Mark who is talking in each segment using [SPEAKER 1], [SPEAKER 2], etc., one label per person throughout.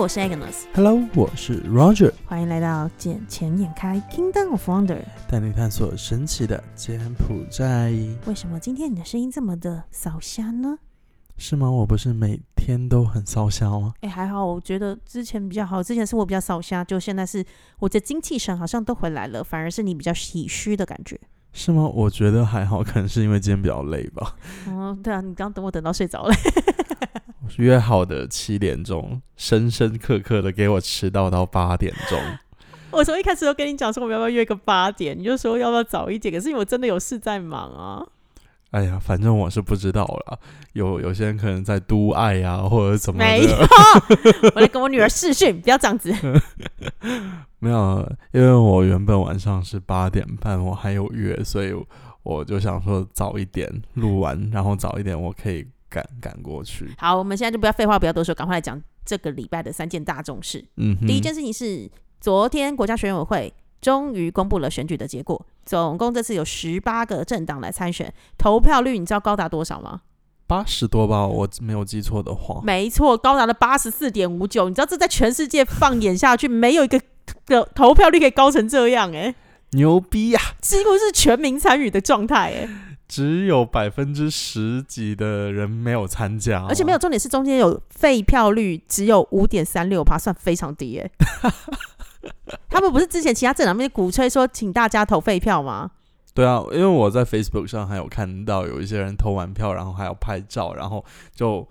[SPEAKER 1] 我是 Agnes，
[SPEAKER 2] Hello，我是 Roger，
[SPEAKER 1] 欢迎来到见钱眼开 Kingdom of Wonder。
[SPEAKER 2] 带你探索神奇的柬埔寨，
[SPEAKER 1] 为什么今天你的声音这么的扫瞎呢？
[SPEAKER 2] 是吗？我不是每天都很烧香吗？
[SPEAKER 1] 哎，还好，我觉得之前比较好，之前是我比较扫瞎，就现在是我的精气神好像都回来了，反而是你比较体虚的感觉。
[SPEAKER 2] 是吗？我觉得还好，可能是因为今天比较累吧。
[SPEAKER 1] 哦，对啊，你刚等我等到睡着了。
[SPEAKER 2] 我是约好的七点钟，深深刻刻的给我迟到到八点 钟。
[SPEAKER 1] 我从一开始都跟你讲说我们要不要约个八点，你就说要不要早一点，可是因为我真的有事在忙啊。
[SPEAKER 2] 哎呀，反正我是不知道啦。有有些人可能在都爱啊，或者怎么
[SPEAKER 1] 没有
[SPEAKER 2] 的，，
[SPEAKER 1] 我在跟我女儿视讯，不要这样子。
[SPEAKER 2] 没有，因为我原本晚上是八点半，我还有约，所以我就想说早一点录完，然后早一点我可以赶赶过去。
[SPEAKER 1] 好，我们现在就不要废话，不要多说，赶快来讲这个礼拜的三件大重事。
[SPEAKER 2] 嗯哼，
[SPEAKER 1] 第一件事情是，昨天国家选委会终于公布了选举的结果，总共这次有十八个政党来参选，投票率你知道高达多少吗？
[SPEAKER 2] 八十多吧，我没有记错的话。
[SPEAKER 1] 没错，高达了八十四点五九。你知道这在全世界放眼下去，没有一个个投票率可以高成这样、欸，哎，
[SPEAKER 2] 牛逼呀、
[SPEAKER 1] 几乎是全民参与的状态、欸，哎，
[SPEAKER 2] 只有百分之十几的人没有参加哦、
[SPEAKER 1] 而且没有重点是中间有废票率只有五点三六趴，算非常低、 欸，哎。他们不是之前其他政党那边鼓吹说请大家投废票吗？
[SPEAKER 2] 对啊，因为我在 Facebook 上还有看到有一些人投完票，然后还要拍照，然后就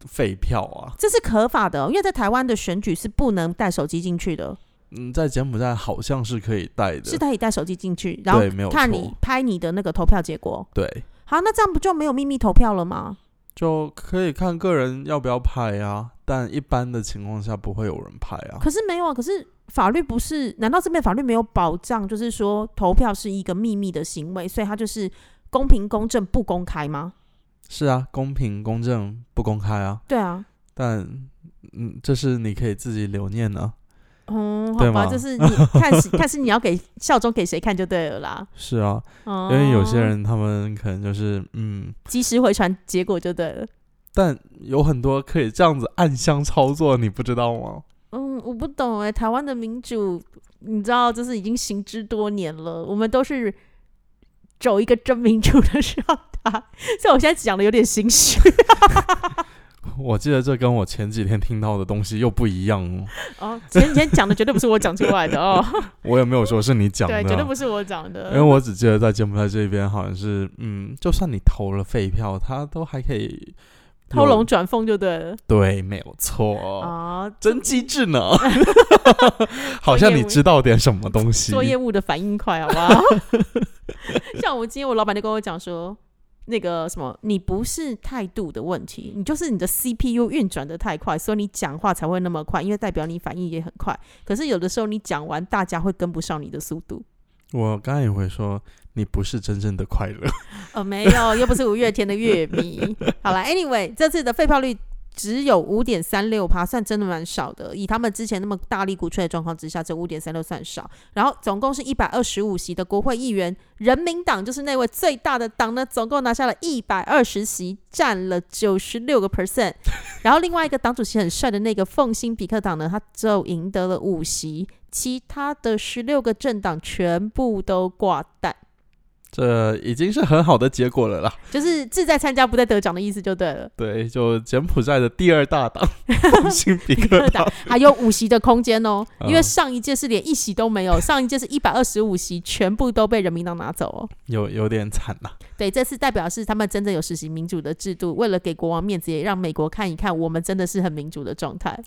[SPEAKER 2] 废票啊。
[SPEAKER 1] 这是合法的，哦因为在台湾的选举是不能带手机进去的，哦
[SPEAKER 2] 嗯，在柬埔寨好像是可以带的，
[SPEAKER 1] 是可以带手机进去，然后
[SPEAKER 2] 对，没有
[SPEAKER 1] 看
[SPEAKER 2] 错
[SPEAKER 1] 你拍你的那个投票结果。
[SPEAKER 2] 对，
[SPEAKER 1] 好，那这样不就没有秘密投票了吗？
[SPEAKER 2] 就可以看个人要不要拍啊。但一般的情况下不会有人拍啊。
[SPEAKER 1] 可是没有啊，可是法律不是？难道这边法律没有保障，就是说投票是一个秘密的行为，所以它就是公平、公正、不公开吗？
[SPEAKER 2] 是啊，公平公正不公开啊，
[SPEAKER 1] 对啊，
[SPEAKER 2] 但嗯，这是你可以自己留念啊。
[SPEAKER 1] 嗯，
[SPEAKER 2] 对
[SPEAKER 1] 好吧，
[SPEAKER 2] 吗
[SPEAKER 1] 就是你看是看是你要给 效忠给谁看就对了啦。
[SPEAKER 2] 是啊，
[SPEAKER 1] 哦
[SPEAKER 2] 因为有些人他们可能就是嗯，
[SPEAKER 1] 及时回传结果就对了。
[SPEAKER 2] 但有很多可以这样子暗箱操作，你不知道吗？
[SPEAKER 1] 嗯，我不懂哎、台湾的民主，你知道，就是已经行之多年了，我们都是走一个真民主的上台， 所以我现在讲的有点心虚。
[SPEAKER 2] 我记得这跟我前几天听到的东西又不一样哦。
[SPEAKER 1] 哦，前几天讲的绝对不是我讲出来的哦，
[SPEAKER 2] 我也没有说是你 讲的啊、
[SPEAKER 1] 对，绝对不是我讲
[SPEAKER 2] 因为
[SPEAKER 1] 的。
[SPEAKER 2] 我只记得在柬埔寨这边好像是，嗯，就算你投了废票，他都还可以
[SPEAKER 1] 偷龙
[SPEAKER 2] 有。
[SPEAKER 1] 转凤就对了
[SPEAKER 2] 对，没有错，
[SPEAKER 1] 啊，
[SPEAKER 2] 哦真机智呢。 好像你知道点什么东西。
[SPEAKER 1] 做业务的反应快，好不好？像我今天我老板就跟我讲说，那个什么，你不是态度的问题，你就是你的 CPU 运转的太快，所以你讲话才会那么快，因为代表你反应也很快。可是有的时候你讲完，大家会跟不上你的速度。
[SPEAKER 2] 我刚才也会说，你不是真正的快乐。
[SPEAKER 1] 哦，没有，又不是五月天的乐迷。好了，Anyway，这次的废票率只有五点三六趴，算真的蛮少的。以他们之前那么大力鼓吹的状况之下，这五点三六算少。然后总共是一百二十五席的国会议员，人民党就是那位最大的党呢，总共拿下了一百二十席，占了九十六个 percent。然后另外一个党主席很帅的那个奉新比克党呢，他只有赢得了五席，其他的十六个政党全部都挂蛋。
[SPEAKER 2] 这已经是很好的结果了啦。
[SPEAKER 1] 就是志在参加不在得奖的意思就对 了。
[SPEAKER 2] 对，就柬埔寨的第二大 党，奉新比克党。
[SPEAKER 1] 还有五席的空间哦，
[SPEAKER 2] 嗯
[SPEAKER 1] 因为上一届是连一席都没有，上一届是一百二十五席，全部都被人民党拿走哦。
[SPEAKER 2] 有有点惨呐、
[SPEAKER 1] 对，这次代表是他们真正有实行民主的制度，为了给国王面子，也让美国看一看我们真的是很民主的状 态，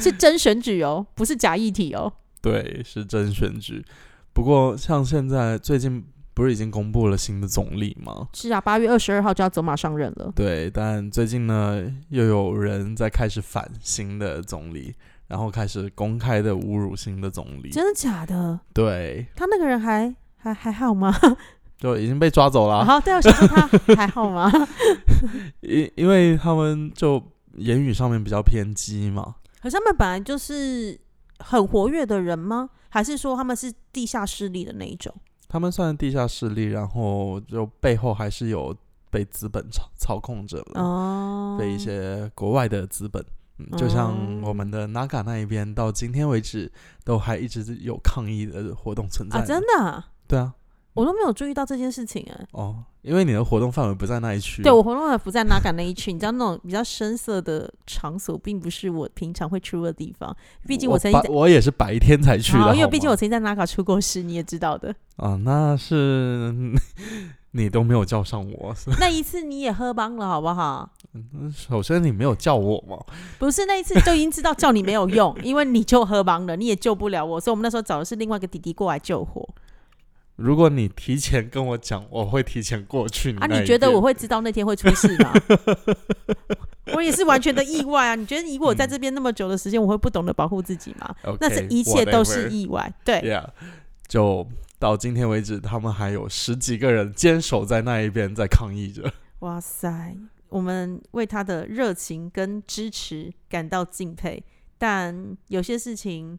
[SPEAKER 1] 是真选举哦，不是假议题哦。
[SPEAKER 2] 对，是真选举。不过像现在最近不是已经公布了新的总理吗？
[SPEAKER 1] 是啊，八月二十二号就要走马上任了。
[SPEAKER 2] 对，但最近呢，又有人在开始反新的总理，然后开始公开的侮辱新的总理。
[SPEAKER 1] 真的假的？
[SPEAKER 2] 对，
[SPEAKER 1] 他那个人还还还好吗？
[SPEAKER 2] 就已经被抓走了
[SPEAKER 1] 然
[SPEAKER 2] 啊，
[SPEAKER 1] 后对啊，我想说他还好吗？
[SPEAKER 2] 因因为他们就言语上面比较偏激嘛。
[SPEAKER 1] 可是他们本来就是很活跃的人吗？还是说他们是地下势力的那一种？
[SPEAKER 2] 他们算地下势力，然后就背后还是有被资本操操控着了，
[SPEAKER 1] 哦，
[SPEAKER 2] 被一些国外的资本嗯，就像
[SPEAKER 1] 哦
[SPEAKER 2] 我们的 Naga 那一边，到今天为止都还一直是有抗议的活动存在
[SPEAKER 1] 啊，
[SPEAKER 2] 呢。
[SPEAKER 1] 真的啊、
[SPEAKER 2] 对啊，
[SPEAKER 1] 我都没有注意到这件事情哎、
[SPEAKER 2] 哦，因为你的活动范围不在那一区。
[SPEAKER 1] 对我活动也不在哪敢那一区，你知道那种比较深色的场所，并不是我平常会出入的地方。毕竟我曾经
[SPEAKER 2] 白
[SPEAKER 1] 在，
[SPEAKER 2] 我也是白天才去
[SPEAKER 1] 好
[SPEAKER 2] 的，
[SPEAKER 1] 因为
[SPEAKER 2] 好
[SPEAKER 1] 毕竟我
[SPEAKER 2] 吗
[SPEAKER 1] 曾经在 Naga 出过事，你也知道的。
[SPEAKER 2] 啊，那是 你都没有叫上我。所以
[SPEAKER 1] 那一次你也喝帮了，好不好？
[SPEAKER 2] 嗯首先你没有叫我嘛，
[SPEAKER 1] 不是那一次就已经知道叫你没有用，因为你就喝帮了，你也救不了我，所以我们那时候找的是另外一个弟弟过来救火。
[SPEAKER 2] 如果你提前跟我讲，我会提前过去你
[SPEAKER 1] 啊，
[SPEAKER 2] 嗯那一
[SPEAKER 1] 你觉得
[SPEAKER 2] 边
[SPEAKER 1] 我会知道那天会出事 吗？我也是完全的意外啊！你觉得以我在这边那么久的时间，我会不懂得保护自己吗？
[SPEAKER 2] 嗯 OK，
[SPEAKER 1] 那是一切都是
[SPEAKER 2] whatever
[SPEAKER 1] 意外，对，
[SPEAKER 2] Yeah，就到今天为止，他们还有十几个人坚守在那一边在抗议着。
[SPEAKER 1] 哇塞，我们为他的热情跟支持感到敬佩，但有些事情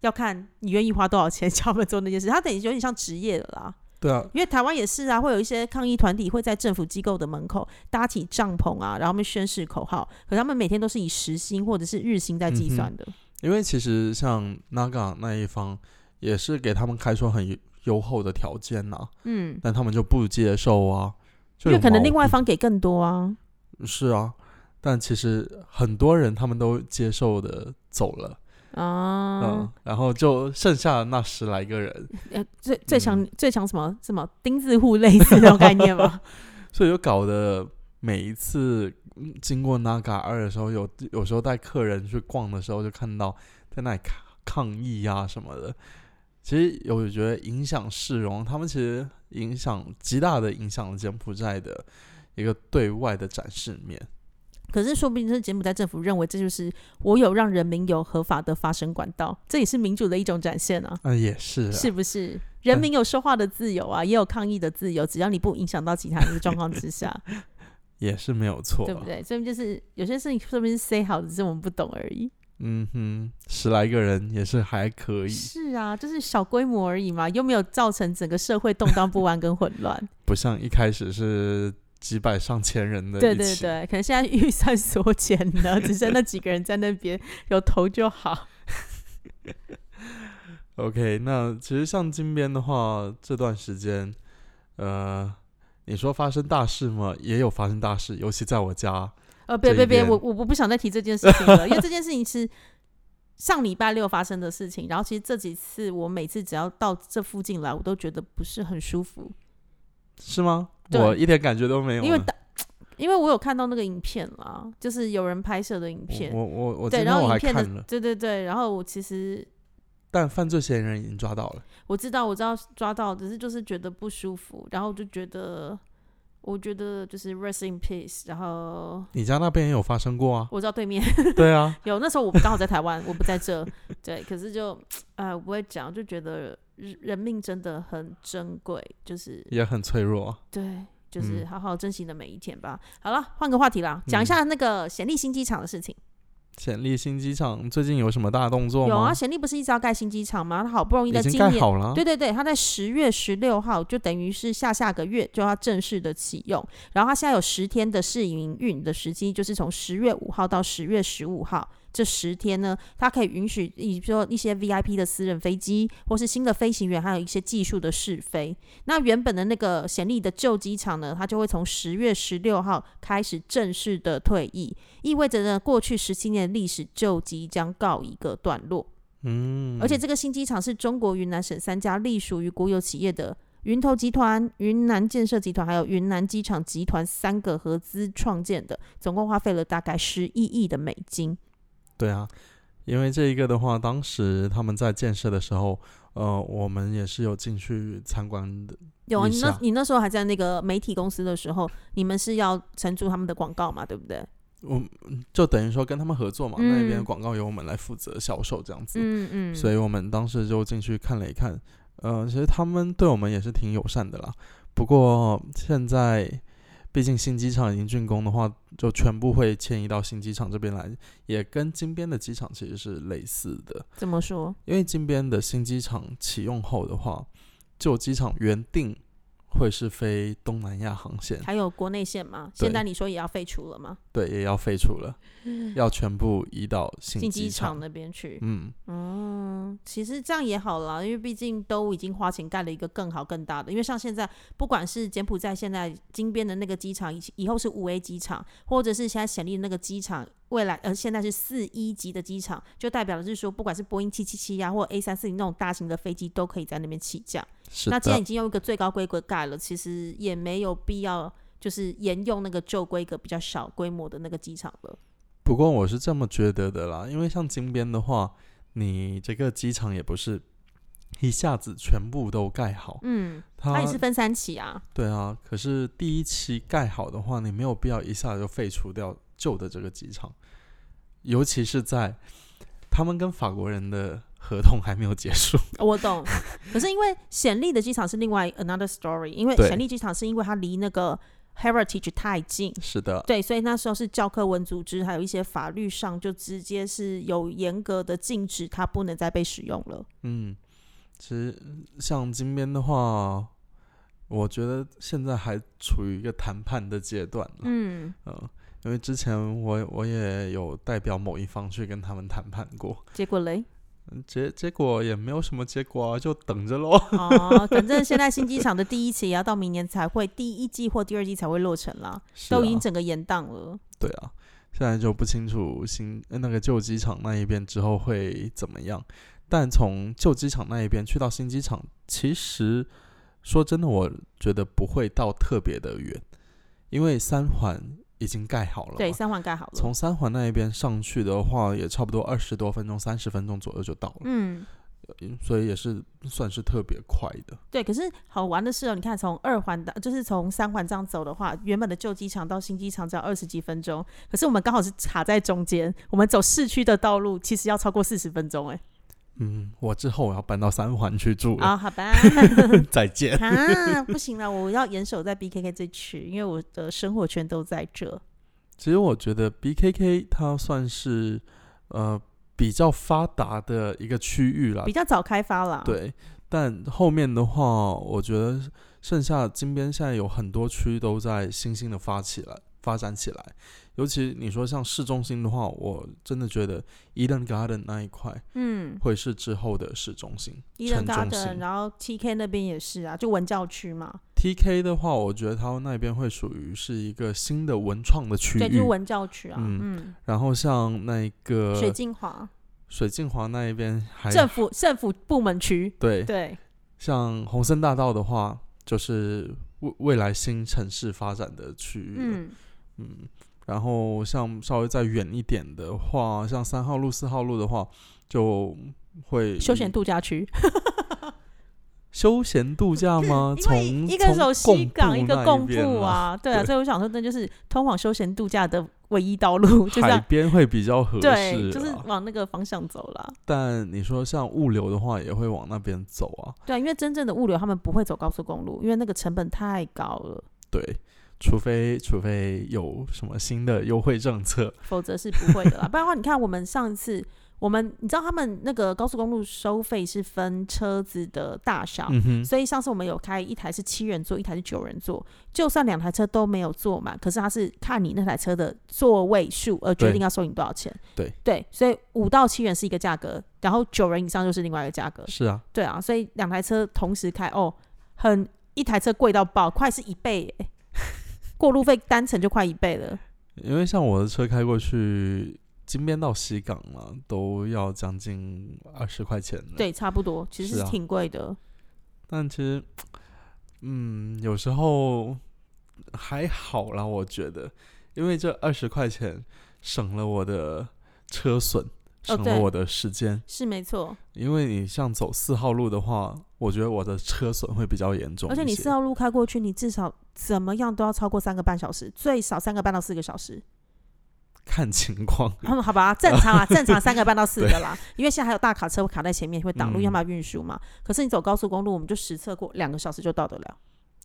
[SPEAKER 1] 要看你愿意花多少钱 叫他们做那件事，他等于有点像职业了啦。
[SPEAKER 2] 对啊，
[SPEAKER 1] 因为台湾也是啊，会有一些抗议团体会在政府机构的门口搭起帐篷啊，然后他们宣誓口号，可他们每天都是以时薪或者是日薪在计算的。
[SPEAKER 2] 因为其实像 Naga 那一方也是给他们开出很优厚的条件呐、
[SPEAKER 1] 嗯，
[SPEAKER 2] 但他们就不接受啊。就
[SPEAKER 1] 因为可能另外一
[SPEAKER 2] 一
[SPEAKER 1] 方给更多啊。
[SPEAKER 2] 是啊，但其实很多人他们都接受的走了，嗯
[SPEAKER 1] 啊，，
[SPEAKER 2] 然后就剩下那十来个人，
[SPEAKER 1] 呃最最强
[SPEAKER 2] 嗯
[SPEAKER 1] 最强什么什么钉子户类似 那种概念吗？
[SPEAKER 2] 所以就搞得每一次嗯经过 Naga 二的时候，有有时候带客人去逛的时候，就看到在那里抗抗议啊什么的。其实有觉得影响市容，他们其实影响极大的影响了柬埔寨的一个对外的展示面。
[SPEAKER 1] 可是说不定是柬埔寨政府认为这就是我有让人民有合法的发声管道，这也是民主的一种展现啊，
[SPEAKER 2] 啊、也是啊，
[SPEAKER 1] 是不是？人民有说话的自由啊，也有抗议的自由，只要你不影响到其他人的状况之下，
[SPEAKER 2] 也是没有错、啊，
[SPEAKER 1] 对不？对？所以就是有些事情说不定是 say 好的，只是我们不懂而已。
[SPEAKER 2] 嗯哼，十来个人也是还可以，
[SPEAKER 1] 是啊，就是小规模而已嘛，又没有造成整个社会动荡不安跟混乱。
[SPEAKER 2] 不像一开始是几百上千人的一起。
[SPEAKER 1] 对对对，可能现在预算缩减了，只剩那几个人在那边有头就好。
[SPEAKER 2] OK，那其实像金边的话，这段时间，呃，你说发生大事吗？也有发生大事，尤其在我家。
[SPEAKER 1] 呃，别别
[SPEAKER 2] 这
[SPEAKER 1] 别，
[SPEAKER 2] 一边
[SPEAKER 1] 我我我不想再提这件事情了，因为这件事情是上礼拜六发生的事情。然后其实这几次我每次只要到这附近来，我都觉得不是很舒服，
[SPEAKER 2] 是吗？
[SPEAKER 1] 对
[SPEAKER 2] 我一点感觉都没有呢。啊
[SPEAKER 1] 因为当因为我有看到那个影片啦，就是有人拍摄的影片。
[SPEAKER 2] 我我我
[SPEAKER 1] 对，
[SPEAKER 2] 今
[SPEAKER 1] 然
[SPEAKER 2] 天
[SPEAKER 1] 后
[SPEAKER 2] 我
[SPEAKER 1] 影
[SPEAKER 2] 还
[SPEAKER 1] 片
[SPEAKER 2] 看
[SPEAKER 1] 的
[SPEAKER 2] 了，
[SPEAKER 1] 对对对，然后我其实
[SPEAKER 2] 但犯罪嫌疑人已经抓到了。
[SPEAKER 1] 我知道，我知道抓到，只是就是觉得不舒服，然后就觉得，我觉得就是 rest in peace。然后
[SPEAKER 2] 你家那边也有发生 过啊？
[SPEAKER 1] 我知道对面
[SPEAKER 2] 对啊，
[SPEAKER 1] 有，那时候我刚好在台湾，我不在这，对，可是就哎、我不会讲，就觉得人人命真的很珍贵，就是
[SPEAKER 2] 也很脆弱。
[SPEAKER 1] 对，就是
[SPEAKER 2] 嗯
[SPEAKER 1] 好好珍惜的每一天吧。好了，换个话题啦，讲一
[SPEAKER 2] 嗯
[SPEAKER 1] 下那个显利新机场的事情。
[SPEAKER 2] 潜力新机场最近有什么大动作
[SPEAKER 1] 有啊，
[SPEAKER 2] 吗？
[SPEAKER 1] 显利不是一直要盖新机场吗？他好不容易在
[SPEAKER 2] 已
[SPEAKER 1] 今
[SPEAKER 2] 经盖
[SPEAKER 1] 年
[SPEAKER 2] 好了啊。
[SPEAKER 1] 对对对，它在十月十六号，就等于是下下个月就要正式的启用。然后它现在有十天的试营运的时机，就是从十月五号到十月十五号。这十天呢，它可以允许，你比如说一些 VIP 的私人飞机，或是新的飞行员，还有一些技术的试飞。那原本的那个显利的旧机场呢，它就会从十月十六号开始正式的退役，意味着呢，过去十七年的历史就即将告一个段落。
[SPEAKER 2] 嗯，
[SPEAKER 1] 而且这个新机场是中国云南省三家隶属于国有企业的云投集团、云南建设集团还有云南机场集团三个合资创建的，总共花费了大概十一亿的美金。
[SPEAKER 2] 对啊，因为这一个的话，当时他们在建设的时候，呃，我们也是有进去参观的。
[SPEAKER 1] 有啊，
[SPEAKER 2] 一
[SPEAKER 1] 你那
[SPEAKER 2] 下
[SPEAKER 1] 你那时候还在那个媒体公司的时候，你们是要承租他们的广告嘛，对不对？
[SPEAKER 2] 我就等于说跟他们合作嘛，那边
[SPEAKER 1] 嗯
[SPEAKER 2] 的广告由我们来负责销售这样子，
[SPEAKER 1] 嗯嗯
[SPEAKER 2] 所以我们当时就进去看了一看，呃，其实他们对我们也是挺友善的啦。不过现在，毕竟新机场已经竣工的话，就全部会迁移到新机场这边来，也跟金边的机场其实是类似的。
[SPEAKER 1] 怎么说？
[SPEAKER 2] 因为金边的新机场启用后的话，旧机场原定会是飞东南亚航线，
[SPEAKER 1] 还有国内线吗？
[SPEAKER 2] 对
[SPEAKER 1] 现在你说也要废除了吗？
[SPEAKER 2] 对，也要废除了，要全部移到新
[SPEAKER 1] 进机
[SPEAKER 2] 场
[SPEAKER 1] 嗯场。那边去。
[SPEAKER 2] 嗯，
[SPEAKER 1] 嗯，其实这样也好啦，因为毕竟都已经花钱盖了一个更好更大的。因为像现在，不管是柬埔寨现在金边的那个机场，以以后是五 A 机场，或者是现在显利的那个机场，未来呃现在是四一级的机场，就代表的是说，不管是波音七七七呀，或 A 三四零那种大型的飞机，都可以在那边起降。
[SPEAKER 2] 是
[SPEAKER 1] 那既然已
[SPEAKER 2] 的，
[SPEAKER 1] 经用一个最高规格盖了，其实也没有必要就是沿用那个旧规格比较小规模的那个机场了。
[SPEAKER 2] 不过我是这么觉得的啦，因为像金边的话，你这个机场也不是一下子全部都盖好，
[SPEAKER 1] 嗯，它
[SPEAKER 2] 它
[SPEAKER 1] 也是分三期啊。
[SPEAKER 2] 对啊，可是第一期盖好的话，你没有必要一下子就废除掉旧的这个机场，尤其是在他们跟法国人的合同还没有结束。
[SPEAKER 1] 我懂，可是因为显利的机场是另外 another story，因为
[SPEAKER 2] 对
[SPEAKER 1] 显利机场是因为它离那个 heritage 太近，
[SPEAKER 2] 是的，
[SPEAKER 1] 对，所以那时候是教科文组织还有一些法律上就直接是有严格的禁止它不能再被使用了。
[SPEAKER 2] 嗯，其实像金边的话，我觉得现在还处于一个谈判的阶段了。
[SPEAKER 1] 嗯，
[SPEAKER 2] 嗯，因为之前我我也有代表某一方去跟他们谈判过，
[SPEAKER 1] 结果 嘞，
[SPEAKER 2] 嗯结结果也没有什么结果啊，就等着喽。
[SPEAKER 1] 哦，反正现在新机场的第一期也要到明年才会，第一季或第二季才会落成啦，
[SPEAKER 2] 是
[SPEAKER 1] 都已
[SPEAKER 2] 啊
[SPEAKER 1] 经整个延档了。
[SPEAKER 2] 对啊，现在就不清楚新呃那个旧机场那一边之后会怎么样，但从旧机场那一边去到新机场，其实说真的，我觉得不会到特别的远，因为三环已经盖好了嘛。
[SPEAKER 1] 对，三环盖好了。
[SPEAKER 2] 从三环那一边上去的话，也差不多二十多分钟、三十分钟左右就到了，
[SPEAKER 1] 嗯，
[SPEAKER 2] 嗯所以也是算是特别快的。
[SPEAKER 1] 对，可是好玩的是哦，你看从二环的，就是从三环这样走的话，原本的旧机场到新机场只要二十几分钟，可是我们刚好是卡在中间，我们走市区的道路其实要超过四十分钟哎、
[SPEAKER 2] 嗯，我之后我要搬到三环去住了，
[SPEAKER 1] 啊、好吧，
[SPEAKER 2] 再见。
[SPEAKER 1] 啊，不行了，我要严守在 BKK 这区，因为我的生活圈都在这。
[SPEAKER 2] 啊其实我觉得 BKK 它算是呃比较发达的一个区域啦
[SPEAKER 1] 比，较早开发啦。，
[SPEAKER 2] 对。但后面的话，我觉得剩下金边现在有很多区都在新兴的发起来、发展起来。尤其你说像市中心的话，我真的觉得 Eden Garden 那一块
[SPEAKER 1] 嗯，
[SPEAKER 2] 会是之后的市中心、
[SPEAKER 1] 伊人
[SPEAKER 2] 城中
[SPEAKER 1] Garden，
[SPEAKER 2] 心。
[SPEAKER 1] 然后 TK 那边也是啊，就文教区嘛，
[SPEAKER 2] TK 的话，我觉得它那边会属于是一个新的文创的区
[SPEAKER 1] 对，就是
[SPEAKER 2] 域。
[SPEAKER 1] 文教区啊。嗯，
[SPEAKER 2] 然后像那个
[SPEAKER 1] 水晶华
[SPEAKER 2] 水镜华那一边还
[SPEAKER 1] 政府政府部门区，
[SPEAKER 2] 对，
[SPEAKER 1] 对。
[SPEAKER 2] 像红森大道的话，就是未未来新城市发展的区域了。
[SPEAKER 1] 嗯，
[SPEAKER 2] 嗯然后像稍微再远一点的话，像三号路、四号路的话，就会
[SPEAKER 1] 休闲
[SPEAKER 2] 以
[SPEAKER 1] 度假区，
[SPEAKER 2] 休闲度假 吗？
[SPEAKER 1] 因为
[SPEAKER 2] 从
[SPEAKER 1] 一个走西港，一个
[SPEAKER 2] 贡
[SPEAKER 1] 贡布，啊，对啊，
[SPEAKER 2] 对
[SPEAKER 1] 所以我想说，那就是通往休闲度假的唯一道路， 就这
[SPEAKER 2] 海
[SPEAKER 1] 样。
[SPEAKER 2] 边会比较合适啦。啊
[SPEAKER 1] 对，就是往那个方向走 啦。
[SPEAKER 2] 但你说像物流的话，也会往那边走啊。
[SPEAKER 1] 对啊，因为真正的物流他们不会走高速公路，因为那个成本太高了，
[SPEAKER 2] 对，除非除非有什么新的优惠政策，
[SPEAKER 1] 否则是不会 的啦。不然的话，你看我们上一次，我们你知道他们那个高速公路收费是分车子的大小，
[SPEAKER 2] 嗯哼，
[SPEAKER 1] 所以上次我们有开一台是七人座，一台是九人座，就算两台车都没有坐满，可是它是看你那台车的座位数而决定要收你多少钱。
[SPEAKER 2] 对
[SPEAKER 1] 对，所以五到七人是一个价格，然后九人以上就是另外一个价格。
[SPEAKER 2] 是啊，
[SPEAKER 1] 对啊，所以两台车同时开，哦，很一台车贵到爆，快是一倍、欸， 过路费单程就快一倍
[SPEAKER 2] 嗯
[SPEAKER 1] 了。
[SPEAKER 2] 因为像我的车开过去金边到西港嘛，都要将近二十块钱了。，
[SPEAKER 1] 对，差不多，其实
[SPEAKER 2] 是
[SPEAKER 1] 是
[SPEAKER 2] 啊
[SPEAKER 1] 挺贵的。
[SPEAKER 2] 但其实，嗯，有时候还好啦，我觉得，因为这二十块钱省了我的车损，省
[SPEAKER 1] 哦对
[SPEAKER 2] 了我的时间。
[SPEAKER 1] 是没错，
[SPEAKER 2] 因为你像走四号路的话，我觉得我的车损会比较严重一
[SPEAKER 1] 而
[SPEAKER 2] 些。
[SPEAKER 1] 且你四号路开过去，你至少怎么样都要超过三个半小时，最少三个半到四个小时。
[SPEAKER 2] 看情况，
[SPEAKER 1] 嗯，好吧，正常啊，正常三个半到四个啦，因为现在还有大卡车会卡在前面，会挡路，
[SPEAKER 2] 嗯
[SPEAKER 1] 要么运输嘛。可是你走高速公路，我们就实测过，两个小时就到得了。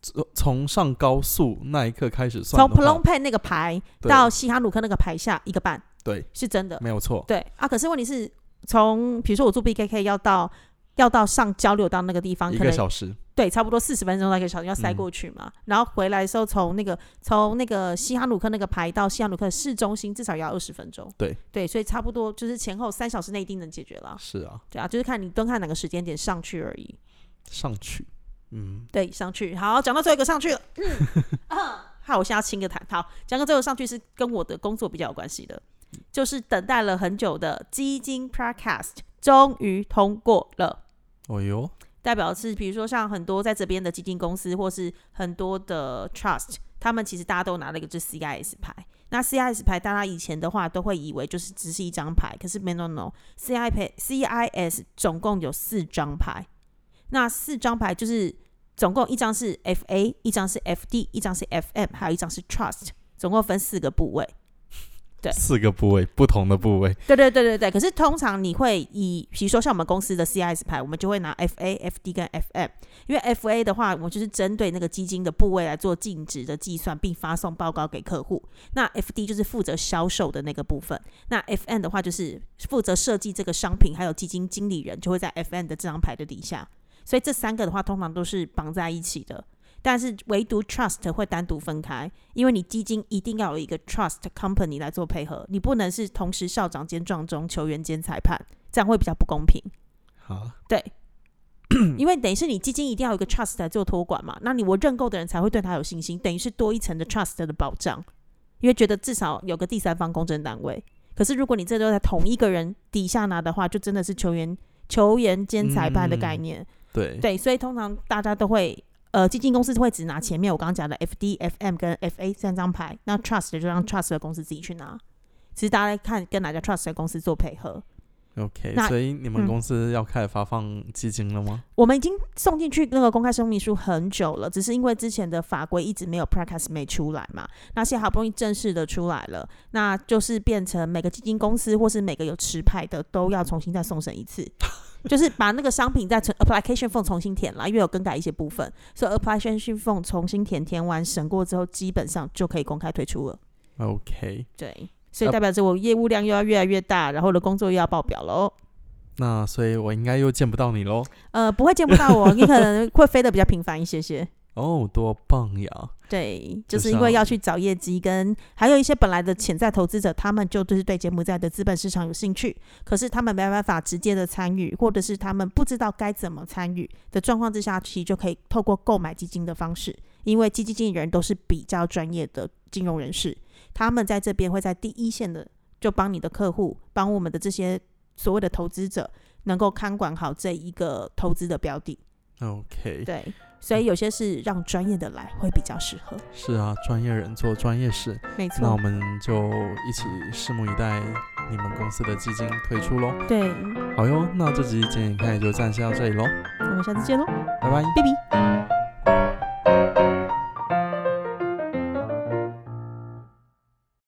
[SPEAKER 2] 从从上高速那一刻开始算
[SPEAKER 1] 从
[SPEAKER 2] 的话，
[SPEAKER 1] 普隆佩那个牌
[SPEAKER 2] 对
[SPEAKER 1] 到西哈努克那个牌下一个半，
[SPEAKER 2] 对，
[SPEAKER 1] 是真的。
[SPEAKER 2] 没有错，
[SPEAKER 1] 对啊，可是问题是从比如说我住 BKK 要到要到上交流到那个地方，
[SPEAKER 2] 一
[SPEAKER 1] 可
[SPEAKER 2] 个
[SPEAKER 1] 能
[SPEAKER 2] 小嗯时，
[SPEAKER 1] 对，差不多四十分钟到一个小时要塞过去嘛。然后回来的时候，从那个从那个西哈努克那个排到西哈努克市中心，至少也要二十分钟。
[SPEAKER 2] 对
[SPEAKER 1] 对，所以差不多就是前后三小时内一定能解决了。
[SPEAKER 2] 是啊，
[SPEAKER 1] 对啊，就是看你蹲看哪个时间点上去而已。
[SPEAKER 2] 上去，嗯，
[SPEAKER 1] 对，上去。好，讲到最后一个上去了。嗯，啊好，我现在要清个痰。好，讲到最后上去是跟我的工作比较有关系的，就是等待了很久的基金 Podcast 终于通过了。
[SPEAKER 2] 哦哟，
[SPEAKER 1] 代表是，比如说像很多在这边的基金公司，或是很多的 trust，他们其实大家都拿了一个就是 CIS 牌。那 CIS 牌，大家以前的话都会以为就是只是一张牌，可是没 no no，CI 牌 CIS 总共有四张牌，那四张牌就是总共一张是 FA，一张是 FD，一张是 FM，还有一张是 trust，总共分四个部位。对
[SPEAKER 2] 四个部位，不同的部位，
[SPEAKER 1] 对对对对对。可是通常你会以，比如说像我们公司的 CIS 牌，我们就会拿 FA、FD 跟 FM，因为 FA 的话，我们就是针对那个基金的部位来做净值的计算，并发送报告给客户。那 FD 就是负责销售的那个部分，那 FM 的话就是负责设计这个商品，还有基金经理人就会在 FM 的这张牌的底下。所以这三个的话，通常都是绑在一起的。但是唯独 trust 会单独分开，因为你基金一定要有一个 trust company 来做配合，你不能是同时校长兼撞钟、球员兼裁判，这样会比较不公平。
[SPEAKER 2] 啊，
[SPEAKER 1] 对，因为等于是你基金一定要有一个 trust 来做托管嘛，那你我认购的人才会对他有信心，等于是多一层的 trust 的保障，因为觉得至少有个第三方公证单位。可是如果你这都在同一个人底下拿的话，就真的是球员球员兼裁判的概
[SPEAKER 2] 嗯
[SPEAKER 1] 念。
[SPEAKER 2] 对，
[SPEAKER 1] 对，所以通常大家都会，呃，基金公司会只拿前面我刚刚讲的 FD、FM 跟 FA 三张牌，那 Trust 的就让 Trust 的公司自己去拿。其实大家看跟哪家 Trust 的公司做配合，
[SPEAKER 2] OK，
[SPEAKER 1] 那
[SPEAKER 2] 所以你们
[SPEAKER 1] 嗯
[SPEAKER 2] 公司要开始发放基金了吗？
[SPEAKER 1] 我们已经送进去那个公开声明书很久了，只是因为之前的法规一直没有 practice 没出来嘛，那现在好不容易正式的出来了，那就是变成每个基金公司或是每个有持牌的都要重新再送审一次，就是把那个商品再从 application form 重新填啦，因为有更改一些部分，所以 application form 重新填填完审过之后，基本上就可以公开推出了。
[SPEAKER 2] OK，
[SPEAKER 1] 对，所以代表着我业务量又要越来越大，然后我的工作又要爆表喽。
[SPEAKER 2] 那所以我应该又见不到你喽。
[SPEAKER 1] 呃，不会见不到我，你可能会飞得比较频繁一些些。
[SPEAKER 2] 哦，多棒呀！
[SPEAKER 1] 对，
[SPEAKER 2] 就
[SPEAKER 1] 就是
[SPEAKER 2] 是
[SPEAKER 1] 因为
[SPEAKER 2] 要
[SPEAKER 1] 要去找业绩，跟还有一些本来的潜在投资者，他们就就是对柬埔寨的资本市场有兴趣，可是他们没办法直接的参与，或者是他们不知道该怎么参与的状况之下，其实就可以透过购买基金的方式，因为基金经理人都是比较专业的金融人士，他们在这边会在第一线的就帮你的客户，帮我们的这些所谓的投资者，能够看管好这一个投资的标的。
[SPEAKER 2] OK，
[SPEAKER 1] 对，所以有些是让专业的来会比较适合，
[SPEAKER 2] 是啊，专业人做专业事，
[SPEAKER 1] 没错。
[SPEAKER 2] 那我们就一起拭目以待你们公司的基金推出喽。
[SPEAKER 1] 对，我
[SPEAKER 2] 好哟，那这集《剪影看》也就暂时到这里喽，
[SPEAKER 1] 们下次见喽，
[SPEAKER 2] 拜拜。
[SPEAKER 1] 拜拜。